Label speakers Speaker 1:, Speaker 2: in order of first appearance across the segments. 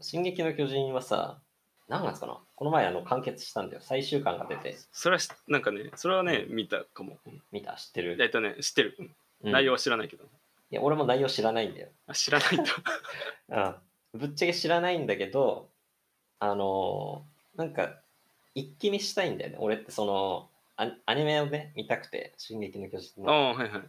Speaker 1: 進撃の巨人はさ、何月かなこの前あの完結したんだよ。最終巻が出て。
Speaker 2: それはしなんかねそれはね見たかも
Speaker 1: うん見た知ってる、
Speaker 2: えっとね知ってる、うん
Speaker 1: うん
Speaker 2: 内容は知らないけど
Speaker 1: いや、俺も内容知らないんだよ。
Speaker 2: あ知らないんだ
Speaker 1: うん。ぶっちゃけ知らないんだけど、あのーなんか、一気見したいんだよね。俺ってその、アアニメをね、見たくて、進撃の巨人
Speaker 2: あ
Speaker 1: の。
Speaker 2: あはいはい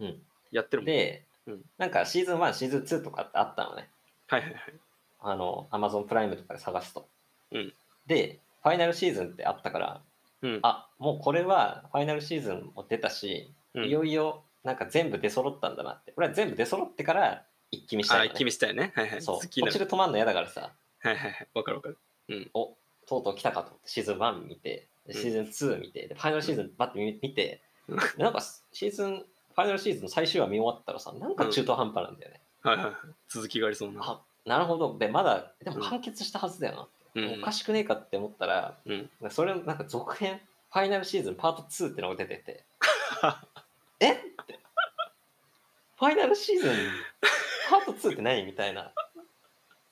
Speaker 1: うん、
Speaker 2: やってるもん
Speaker 1: で、
Speaker 2: うん
Speaker 1: なんかシーズン1、シーズン2とかってあったのね。
Speaker 2: はいはいはい
Speaker 1: あの、アマゾンプライムとかで探すと。
Speaker 2: うん
Speaker 1: で、ファイナルシーズンってあったから、
Speaker 2: うん
Speaker 1: あもうこれはファイナルシーズンも出たし、
Speaker 2: うん
Speaker 1: いよいよなんか全部出揃ったんだなって。俺は全部出揃ってから一気見したい
Speaker 2: あ
Speaker 1: の、ね。
Speaker 2: 一気見したいねはいはい
Speaker 1: そう。
Speaker 2: 好
Speaker 1: 途
Speaker 2: きな
Speaker 1: 中で止まんの嫌だからさ、
Speaker 2: はいはいはいわかるわかる
Speaker 1: おとうとう来たかと思って、シーズン1見て、で
Speaker 2: うん
Speaker 1: シーズン2見て、でファイナルシーズンバッて見見て、
Speaker 2: うん
Speaker 1: でなんかシーズン、ファイナルシーズンの最終話見終わったらさ、なんか中途半端なんだよね。
Speaker 2: はいはいはい続きがありそうな
Speaker 1: あなるほど。で、まだ、でも
Speaker 2: うん
Speaker 1: 完結したはずだよな。
Speaker 2: うん
Speaker 1: おかしくねえかって思ったら、
Speaker 2: うん
Speaker 1: それのなんか続編ファイナルシーズンパート2ってのが出て てえってファイナルシーズンパート2って何みたいな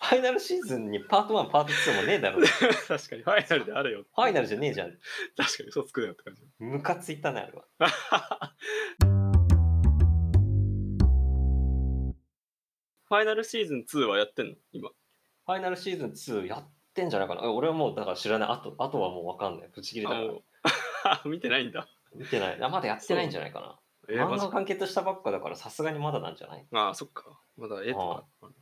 Speaker 1: ファイナルシーズンにパート1パート2もねえだろフ
Speaker 2: 確かにファイナルであるよ
Speaker 1: ァイナルじゃねえじゃん
Speaker 2: 確かに嘘つくなよって感じ
Speaker 1: ムカついたねあれは
Speaker 2: ファイナルシーズン2はやってんの今
Speaker 1: ファイナルシーズン2やってんじゃないかなえ俺はもうだから知らないあとあとはもう分かんないぶち切れ
Speaker 2: あ
Speaker 1: だから
Speaker 2: もう 見てないんだ
Speaker 1: 見てないあまだやってないんじゃないかな
Speaker 2: えー、
Speaker 1: 漫
Speaker 2: マジ
Speaker 1: 画
Speaker 2: か
Speaker 1: 完結したばっかだからさすがにまだなんじゃない
Speaker 2: ああそっかまだ絵とか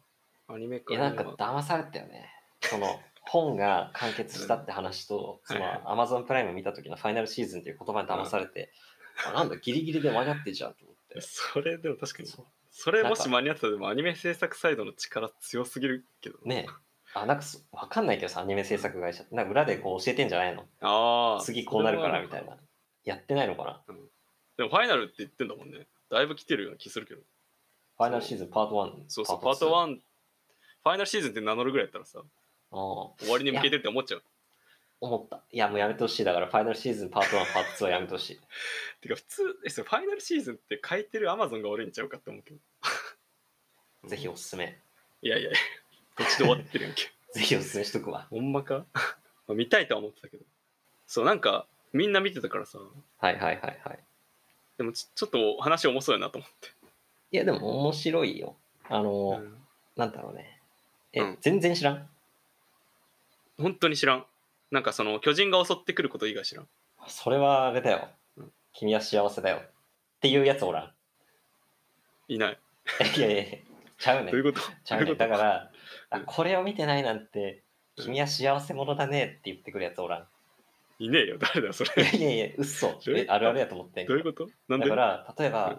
Speaker 2: アニメ
Speaker 1: い
Speaker 2: か
Speaker 1: やなんか
Speaker 2: アニメは
Speaker 1: 騙されたよね。その 本が完結したって話と、
Speaker 2: う
Speaker 1: そ
Speaker 2: んはい
Speaker 1: の Amazon プライム見た時のファイナルシーズンっていう言葉に騙されて、あなんだギリギリで間に合ってんじゃんと思っ
Speaker 2: それでも確か
Speaker 1: て。
Speaker 2: に
Speaker 1: そ
Speaker 2: それ
Speaker 1: なん
Speaker 2: も
Speaker 1: か
Speaker 2: し間に合ったらでもアニメ制作サイドの力強すぎるけど
Speaker 1: うねえ。あなんかそわかんないけどさ、アニメ制作会社なんか裏でこう教えてんじゃないの
Speaker 2: ああ
Speaker 1: 次こうなるからみたい
Speaker 2: それは
Speaker 1: な。やってないのかな
Speaker 2: でもファイナルって言ってんだもんねだいぶ来てるような気するけど
Speaker 1: ファイナルシーズンパート1。
Speaker 2: そうそうパート
Speaker 1: 1。
Speaker 2: 1ファイナルシーズンって名乗るぐらいやったらさ
Speaker 1: うん
Speaker 2: 終わりに向けてるって思っちゃう
Speaker 1: 思った。いやもうやめてほしい。だからファイナルシーズンパート1、パート2はやめてほしい。
Speaker 2: てか普通えそうファイナルシーズンって書いてるアマゾンが悪いんちゃうかって思うけど うん
Speaker 1: ぜひおすすめ。
Speaker 2: いやいや いや途中で終わってるやんけ
Speaker 1: ぜひおすすめしとくわ。
Speaker 2: ほんまか まあ見たいとは思ってたけどそうなんかみんな見てたからさ
Speaker 1: はいはいはいはい。
Speaker 2: でもちちょっと話重そうやなと思って
Speaker 1: いやでも面白いよ。あの、
Speaker 2: うん
Speaker 1: なんだろうね。え、
Speaker 2: うん
Speaker 1: 全然知らん
Speaker 2: 本当に知らんなんかその巨人が襲ってくること以外知らん
Speaker 1: それはあれだよ
Speaker 2: うん。
Speaker 1: 君は幸せだよ。っていうやつお らん。
Speaker 2: いない
Speaker 1: いやいやいや、ちゃうね
Speaker 2: どうい
Speaker 1: ん。
Speaker 2: うこと
Speaker 1: ちゃう
Speaker 2: ど
Speaker 1: ね
Speaker 2: う
Speaker 1: ん。
Speaker 2: いうこと
Speaker 1: だから、あ
Speaker 2: うん
Speaker 1: これを見てないなんて、
Speaker 2: うん
Speaker 1: 君は幸せ者だねって言ってくるやつおらん。
Speaker 2: いねえよ誰だよそ
Speaker 1: い
Speaker 2: れ
Speaker 1: やいやいや、嘘。
Speaker 2: どういう
Speaker 1: えあるあるやと思ってんけ
Speaker 2: どういう
Speaker 1: ど
Speaker 2: ことなん
Speaker 1: だ
Speaker 2: で
Speaker 1: から、例えば、
Speaker 2: う
Speaker 1: い
Speaker 2: ん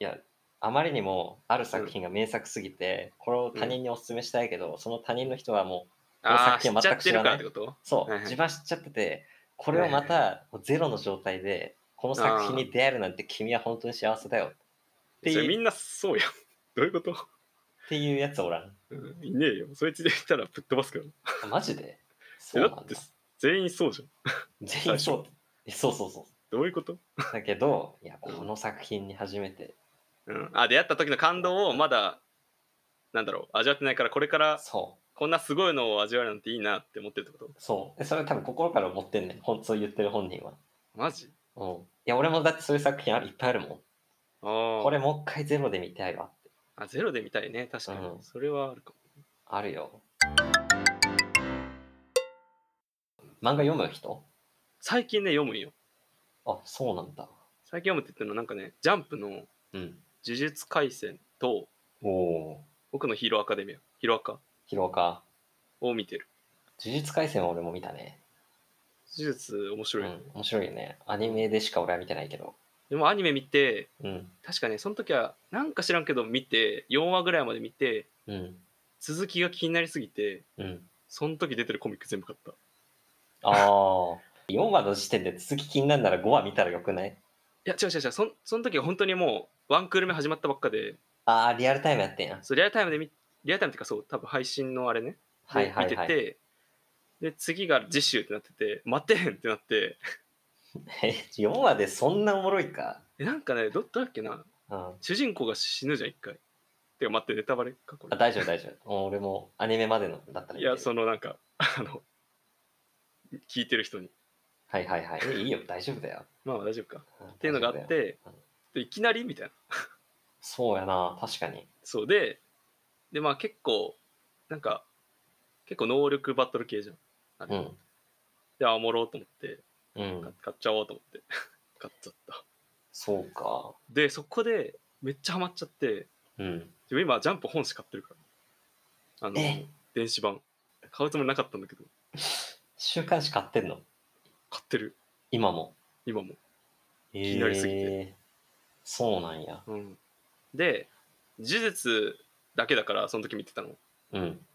Speaker 1: や、あまりにもある作品が名作すぎて、これを他人にお勧めしたいけど、その他人の人はもう、
Speaker 2: ああ
Speaker 1: こ
Speaker 2: 知
Speaker 1: の
Speaker 2: っち
Speaker 1: 作品は全く知ら
Speaker 2: ゃってる
Speaker 1: な
Speaker 2: か
Speaker 1: い
Speaker 2: らってこと
Speaker 1: そう、
Speaker 2: はいはい
Speaker 1: 自慢しちゃってて、これをまたもうゼロの状態で、この作品に出会えるなんて君は本当に幸せだよって
Speaker 2: それ
Speaker 1: い
Speaker 2: み
Speaker 1: うっ
Speaker 2: んなそうやん どういうこと、
Speaker 1: ていうやつおらん。
Speaker 2: うんいねえよそいつで言ったらぶっ飛ばすから
Speaker 1: あマジ でそうなん
Speaker 2: だ
Speaker 1: だ
Speaker 2: って。全員そうじゃん
Speaker 1: 全員そう。えそうそうそ
Speaker 2: どういうこと、
Speaker 1: う。だけ ど、いや、この作品に初めて、
Speaker 2: うん、あ出会った時の感動をまだなんだろう味わってないからこれから
Speaker 1: そ
Speaker 2: こんなすごいのを味わえるなんていいなって思ってるってこと
Speaker 1: う、そう。でそれ多分心から思ってんねん、ほんそう言ってる本人は。
Speaker 2: マジ
Speaker 1: うん。いや、俺もだってそういう作品あるいっぱいあるもん。
Speaker 2: あー
Speaker 1: これもう一回ゼロで見たいわって。
Speaker 2: あゼロで見たいね確かに、
Speaker 1: うん
Speaker 2: それはあるかも
Speaker 1: あるよ。漫画読む人
Speaker 2: 最近ね読むんよ
Speaker 1: あ、そうなんだ。
Speaker 2: 最近読むって言ってるのはなんかねジャンプの呪
Speaker 1: うん。
Speaker 2: 術廻戦と
Speaker 1: おお。
Speaker 2: 僕のヒーローアカデミアヒロアカ
Speaker 1: ヒロアカ。
Speaker 2: を見てる
Speaker 1: 呪術廻戦は俺も見たね。
Speaker 2: 呪術面
Speaker 1: う
Speaker 2: 白い、
Speaker 1: ん。面白いよね。アニメでしか俺は見てないけど。
Speaker 2: でもアニメ見て
Speaker 1: うん。
Speaker 2: 確かねその時はなんか知らんけど見て4話ぐらいまで見て
Speaker 1: うん。
Speaker 2: 続きが気になりすぎて
Speaker 1: うん。
Speaker 2: その時出てるコミック全部買ったい
Speaker 1: ああ。4話の時点で続き気になるなら5話見たらよくない
Speaker 2: や違う違う違うそんその時は本当にもうワンクール目始まったばっかで
Speaker 1: ああ、リアルタイムやってんや。
Speaker 2: そうリアルタイムで見リアルタイムっていうかそう多分配信のあれね
Speaker 1: は
Speaker 2: で
Speaker 1: いはいは
Speaker 2: 見 て
Speaker 1: い。
Speaker 2: てで次が次週ってなってて待てへんってなって
Speaker 1: 4話でそんなおもろいか。
Speaker 2: えなんかねどどうだっけな
Speaker 1: うん。
Speaker 2: 主人公が死ぬじゃん一回てか待ってネタバレかこ
Speaker 1: あ
Speaker 2: れ
Speaker 1: 大丈夫大丈夫もう俺もアニメまでのだったら
Speaker 2: いやそ
Speaker 1: の
Speaker 2: のなんかあの聞いてる人に
Speaker 1: はいはいはいえいいよ大丈夫だよ
Speaker 2: まあまあ大丈夫か
Speaker 1: っ
Speaker 2: っていうのがあって
Speaker 1: うん
Speaker 2: でいきなりみたいな
Speaker 1: そうやな確かに
Speaker 2: そうででまあ結構なんか結構能力バトル系じゃんあ
Speaker 1: う
Speaker 2: れ
Speaker 1: ん
Speaker 2: であおもろうと思って
Speaker 1: う
Speaker 2: か
Speaker 1: ん
Speaker 2: 買っちゃおうと思って 買っちゃった
Speaker 1: そうか
Speaker 2: でそこでめっちゃハマっちゃって
Speaker 1: うん
Speaker 2: 自分今ジャンプ本誌買ってるからあの
Speaker 1: え
Speaker 2: 電子版買うつもりなかったんだけど
Speaker 1: 週刊誌買ってんの
Speaker 2: 買ってる
Speaker 1: 今も
Speaker 2: 今も
Speaker 1: い
Speaker 2: きなりすぎて
Speaker 1: そうなんや
Speaker 2: うんで呪術だけだからその時見てたの
Speaker 1: うん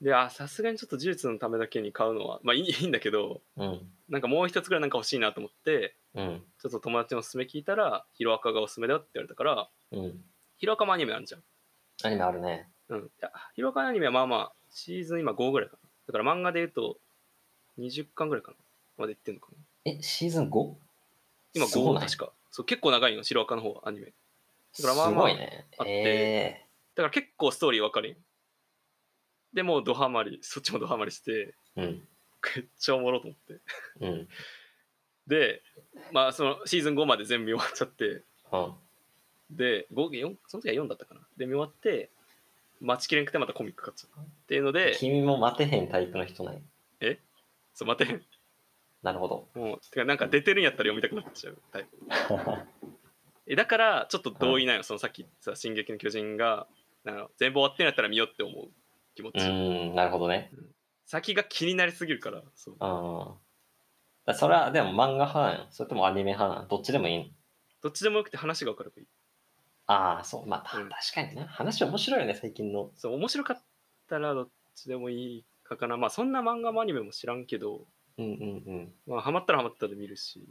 Speaker 2: であさすがにちょっと呪術のためだけに買うのはまあいい いいんだけど
Speaker 1: うん
Speaker 2: なんかもう一つぐらいなんか欲しいなと思って
Speaker 1: うん
Speaker 2: ちょっと友達のおすすめ聞いたらヒロアカがおすすめだよって言われたから
Speaker 1: うん
Speaker 2: ヒロアカもアニメあるじゃん
Speaker 1: アニメあるね
Speaker 2: うんいやヒロアカのアニメはまあまあシーズン今5ぐらいかなだから漫画で言うと20巻ぐらいかなまでいってんのかな
Speaker 1: えシーズン 5?
Speaker 2: 今
Speaker 1: そうなん
Speaker 2: 5
Speaker 1: や
Speaker 2: 確かそう結構長いのヒロアカの方アニメだだからまあ
Speaker 1: す
Speaker 2: まあ
Speaker 1: ごいね
Speaker 2: あって
Speaker 1: え
Speaker 2: から結構ストーリーわかるんでもうドハマりそっちもドハマりして
Speaker 1: えうん
Speaker 2: めっちゃおもろと思って
Speaker 1: うん
Speaker 2: でまあそのシーズン5まで全部見終わっちゃって
Speaker 1: うん
Speaker 2: で5 4その時は4だったかなで見終わって待ちきれんくてまたコミック買っちゃったっていうので
Speaker 1: 君も待てへんタイプの人ない
Speaker 2: そう待て
Speaker 1: なるほ ど
Speaker 2: もうてかなんか出てるんやったら読みたくなっちゃうタイプえだからちょっと同意ないよ、そのさっき言ってた「進撃の巨人が」あの全部終わってんやったら見ようって思う気持
Speaker 1: う
Speaker 2: ち、
Speaker 1: ーんなるほどね
Speaker 2: 先が気になりすぎるからそう
Speaker 1: うんだそれはでも漫画派なんそれともアニメ派なんどっちでもいいの
Speaker 2: どっちでもよくて話が分かればいい
Speaker 1: ああそうまあた
Speaker 2: うん
Speaker 1: 確かにな話面白いよね最近の
Speaker 2: そう面白かったらどっちでもいいかかなまあそんな漫画もアニメも知らんけど
Speaker 1: うんうんうん
Speaker 2: まあハマったらハマったで見るし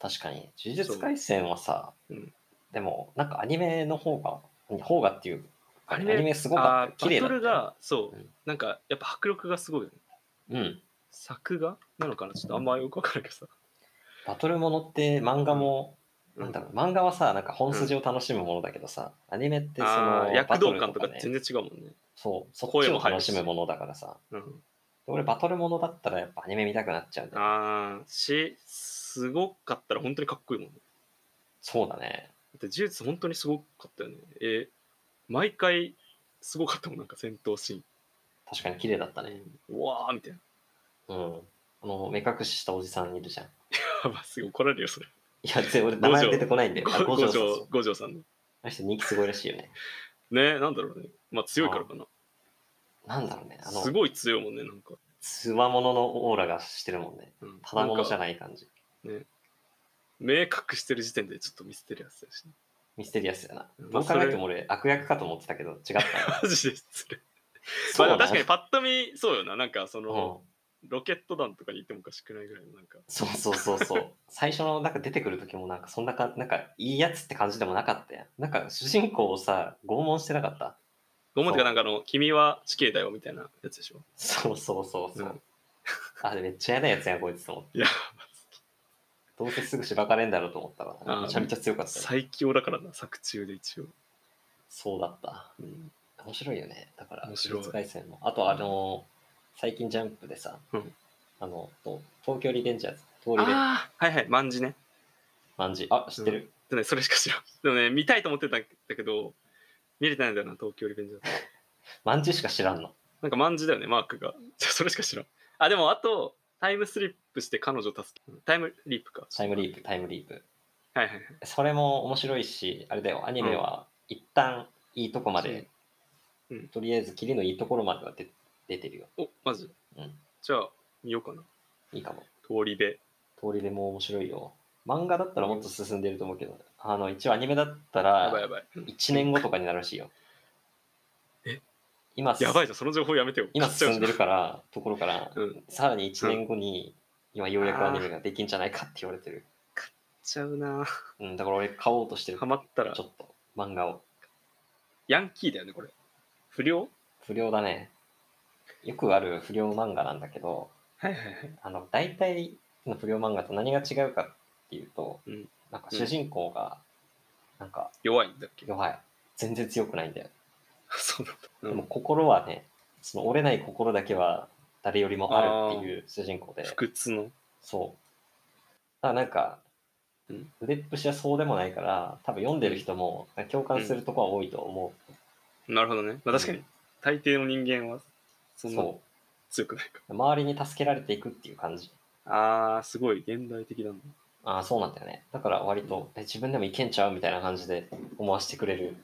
Speaker 1: 確かに呪術廻戦はさ、
Speaker 2: そううん
Speaker 1: でもなんかアニメの方が方がっていう
Speaker 2: ア
Speaker 1: ア
Speaker 2: ニ
Speaker 1: ニ
Speaker 2: メ
Speaker 1: メすごかった
Speaker 2: あー
Speaker 1: 綺麗だっ
Speaker 2: バト
Speaker 1: た
Speaker 2: ルがそう、
Speaker 1: うん
Speaker 2: なんかやっぱ迫力がすごいよね
Speaker 1: うん
Speaker 2: 作画なのかなちょっとあんまよくわからんけどさ、
Speaker 1: バトルものって漫画も、
Speaker 2: うん
Speaker 1: なんだろう漫画はさなんか本筋を楽しむものだけどさ、アニメってそ
Speaker 2: あ
Speaker 1: の
Speaker 2: ー躍動
Speaker 1: バト
Speaker 2: 感
Speaker 1: ル
Speaker 2: とか
Speaker 1: ね
Speaker 2: 全然違うもんね、
Speaker 1: そうそっ
Speaker 2: 声
Speaker 1: ち
Speaker 2: も
Speaker 1: を
Speaker 2: 入る
Speaker 1: 楽
Speaker 2: し
Speaker 1: しむものだからさ
Speaker 2: うん、
Speaker 1: で俺バトルものだったらやっぱアニメ見たくなっちゃうんだよね
Speaker 2: ああしすごかったら本当にかっこいいもんね
Speaker 1: そうだね
Speaker 2: だって呪術本当にすごかったよねえー毎回すごかったもんなんか戦闘シ
Speaker 1: 確かに綺麗だった
Speaker 2: ーン、
Speaker 1: ね
Speaker 2: うわーみたいな
Speaker 1: うんあの目隠ししたおじさんいるじゃん
Speaker 2: やばすぐ怒られるよそれ
Speaker 1: いや全然俺名前
Speaker 2: 五条
Speaker 1: 出てこないんだよあ
Speaker 2: 五
Speaker 1: 五条
Speaker 2: 条
Speaker 1: さんそう
Speaker 2: 五条さんの
Speaker 1: あの人人気すごいらしいよね
Speaker 2: ねなんだろうねまあ強いからかな
Speaker 1: なんだろうねあの
Speaker 2: すごい強いもんねなんか、
Speaker 1: つわもののオーラがしてるもんね。
Speaker 2: うん
Speaker 1: ただものじゃ
Speaker 2: なんか
Speaker 1: ない感じ。
Speaker 2: 明確してる時点でちょっとミステリアスだしね
Speaker 1: ミステリアスやな。ど
Speaker 2: まあ
Speaker 1: う考
Speaker 2: そ
Speaker 1: え
Speaker 2: れ
Speaker 1: ても俺、悪役かと思ってたけど、違ったな。
Speaker 2: マジで失礼。ま
Speaker 1: そ
Speaker 2: あ
Speaker 1: うな
Speaker 2: でも
Speaker 1: ん
Speaker 2: 確かにパッと見そうよな。なんかそ
Speaker 1: うん
Speaker 2: の、ロケット弾とかにいてもおかしくないぐらいのなんか。
Speaker 1: そうそうそうそう。最初のなんか出てくる時もなんかそんなかなんかいいやつって感じでもなかったやん。なんか主人公をさ拷問してなかった。
Speaker 2: ゴムってかなんかあの君は死刑だよみたいなやつでしょ。
Speaker 1: そうそうそうそう。
Speaker 2: うん
Speaker 1: あれめっちゃ嫌なやつやんこいつと思って。
Speaker 2: いや、
Speaker 1: どうせすぐしばかれんだろうと思ったら
Speaker 2: あー
Speaker 1: めちゃめちゃ強かったよ。
Speaker 2: 最強だからな、作中で一応。
Speaker 1: そうだった。
Speaker 2: うん
Speaker 1: 面白いよね。だから、
Speaker 2: 面白い
Speaker 1: 回戦も。あと、あのー最近ジャンプでさ、
Speaker 2: うん
Speaker 1: あの、と東京リベンジャーズ、東リベ
Speaker 2: ああ、はいはい、万字ね。
Speaker 1: マンジ。あ、知ってる、
Speaker 2: でね、それしか知らん。 でもね、見たいと思ってたんだけど、見れてないんだよな、東京リベンジャーズ。
Speaker 1: マンジしか知らんの。
Speaker 2: なんか万字だよね、マークが。 じゃあそれしか知らん。あ、でもあと、タイムスリップして彼女を助け。タイムリープか。
Speaker 1: タイムリープ、タイムリープ。
Speaker 2: はいはいはい。
Speaker 1: それも面白いし、あれだよ、アニメは一旦いいとこまで、
Speaker 2: そううん
Speaker 1: とりあえず、キリのいいところまでは出出てるよ。
Speaker 2: お、マジ。
Speaker 1: うん
Speaker 2: じゃあ、見ようかな。
Speaker 1: いいかも。
Speaker 2: 通りで。
Speaker 1: 通りでも面白いよ。漫画だったらもっと進んでると思うけど、あの、一応アニメだった
Speaker 2: やば
Speaker 1: ら、
Speaker 2: いやばい。
Speaker 1: 1年後とかになるらしいよ。
Speaker 2: え
Speaker 1: 今、
Speaker 2: やばいじゃん、その情報やめてよ。
Speaker 1: 今
Speaker 2: 買っちゃう
Speaker 1: 進んでるから、ところから、
Speaker 2: じゃん。うん。買っ
Speaker 1: さらに1年後に、今ようやくアニメができんじゃないかって言われてる。
Speaker 2: ちゃうなぁ
Speaker 1: うん、だから俺買おうとしてる。ち
Speaker 2: ハ
Speaker 1: ょ
Speaker 2: マったら
Speaker 1: っ、と、漫画を。
Speaker 2: ヤンキーだよね、これ。不良
Speaker 1: 不良だね。よくある不良漫画なんだけど、
Speaker 2: はいはいはい。
Speaker 1: あの、大体の不良漫画と何が違うかっていうと、
Speaker 2: うん
Speaker 1: なんか主人公が、なんか
Speaker 2: 弱いんだっけ
Speaker 1: 弱い。全然強くないんだよ。
Speaker 2: そうなんだ。う
Speaker 1: でも
Speaker 2: ん、
Speaker 1: 心はね、その折れない心だけは誰よりもあるっていう主人公で、
Speaker 2: 不屈の。
Speaker 1: そう。だからなんか
Speaker 2: うん、
Speaker 1: 腕っぷしはそうでもないから、多分読んでる人も共感するとこは多いと思
Speaker 2: なるほどね。まあ、確かに、大抵の人間は
Speaker 1: う。
Speaker 2: そんな
Speaker 1: そ
Speaker 2: 強くないか。
Speaker 1: う。周りに助けられていくっていう感じ。
Speaker 2: ああ、すごい現代的なんだ。
Speaker 1: ああ、そうなんだよね。だから割と、え自分でもいけんちゃうみたいな感じで思わせてくれる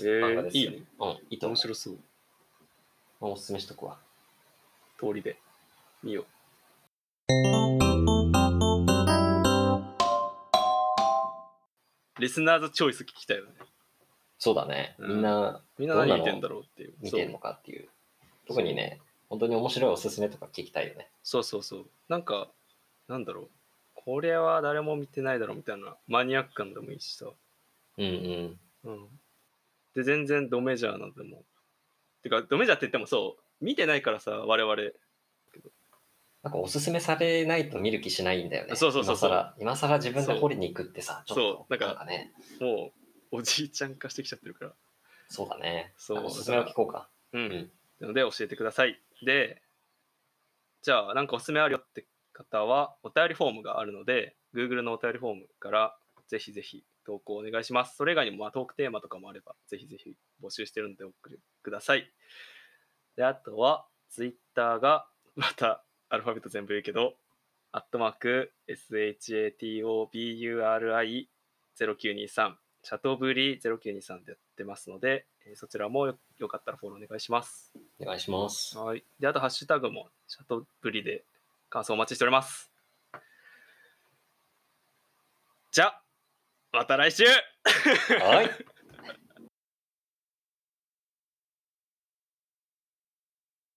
Speaker 2: え
Speaker 1: 漫画
Speaker 2: ー
Speaker 1: で、す
Speaker 2: い
Speaker 1: よ。
Speaker 2: いね。
Speaker 1: うん、いいと思
Speaker 2: 面
Speaker 1: う。
Speaker 2: 白そう。
Speaker 1: おすすめしとくわ。
Speaker 2: 通りで見よう。リスナーズチョイス聞きたいよね。
Speaker 1: そうだね。
Speaker 2: うん
Speaker 1: みんな
Speaker 2: みんな何見てんだろうっていう。
Speaker 1: 見てんのかっていう。特にね、本当に面白いおすすめとか聞きたいよね。
Speaker 2: そうそうそうそう。なんか、なんだろう。これは誰も見てないだろうみたいなマニアック感でもいいしさ。
Speaker 1: うんうん。
Speaker 2: うん。で、全然ドメジャーなんでも。てか、ドメジャーって言ってもそう、見てないからさ、我々。
Speaker 1: なんかおすすめされないと見る気しないんだよね。
Speaker 2: そうそうそうそう
Speaker 1: 今更今更自分で掘りに行くってさ、ちょ
Speaker 2: そ
Speaker 1: っと
Speaker 2: うそうなんか
Speaker 1: なんかね、
Speaker 2: もう、おじいちゃん化してきちゃってるから。
Speaker 1: そうだね。
Speaker 2: そう
Speaker 1: なんかおすすめを聞こうか。
Speaker 2: うん。
Speaker 1: ん
Speaker 2: なので、教えてください。で、じゃあ、なんかおすすめあるよって方は、お便りフォームがあるので、Google のお便りフォームから、ぜひぜひ投稿お願いします。それ以外にも、まあ、トークテーマとかもあれば、ぜひぜひ募集してるので、お送りください。で、あとは、Twitter が、また、アルファベット全部言うけど、アットマーク、shatoburi0923、シャトーブリー0923でやってますので、えーそちらもよよかったらフォローお願いします。
Speaker 1: お願いします。
Speaker 2: はい。で、あと、ハッシュタグも、シャトーブリーで感想お待ちしております。じゃあ、また来週
Speaker 1: はい。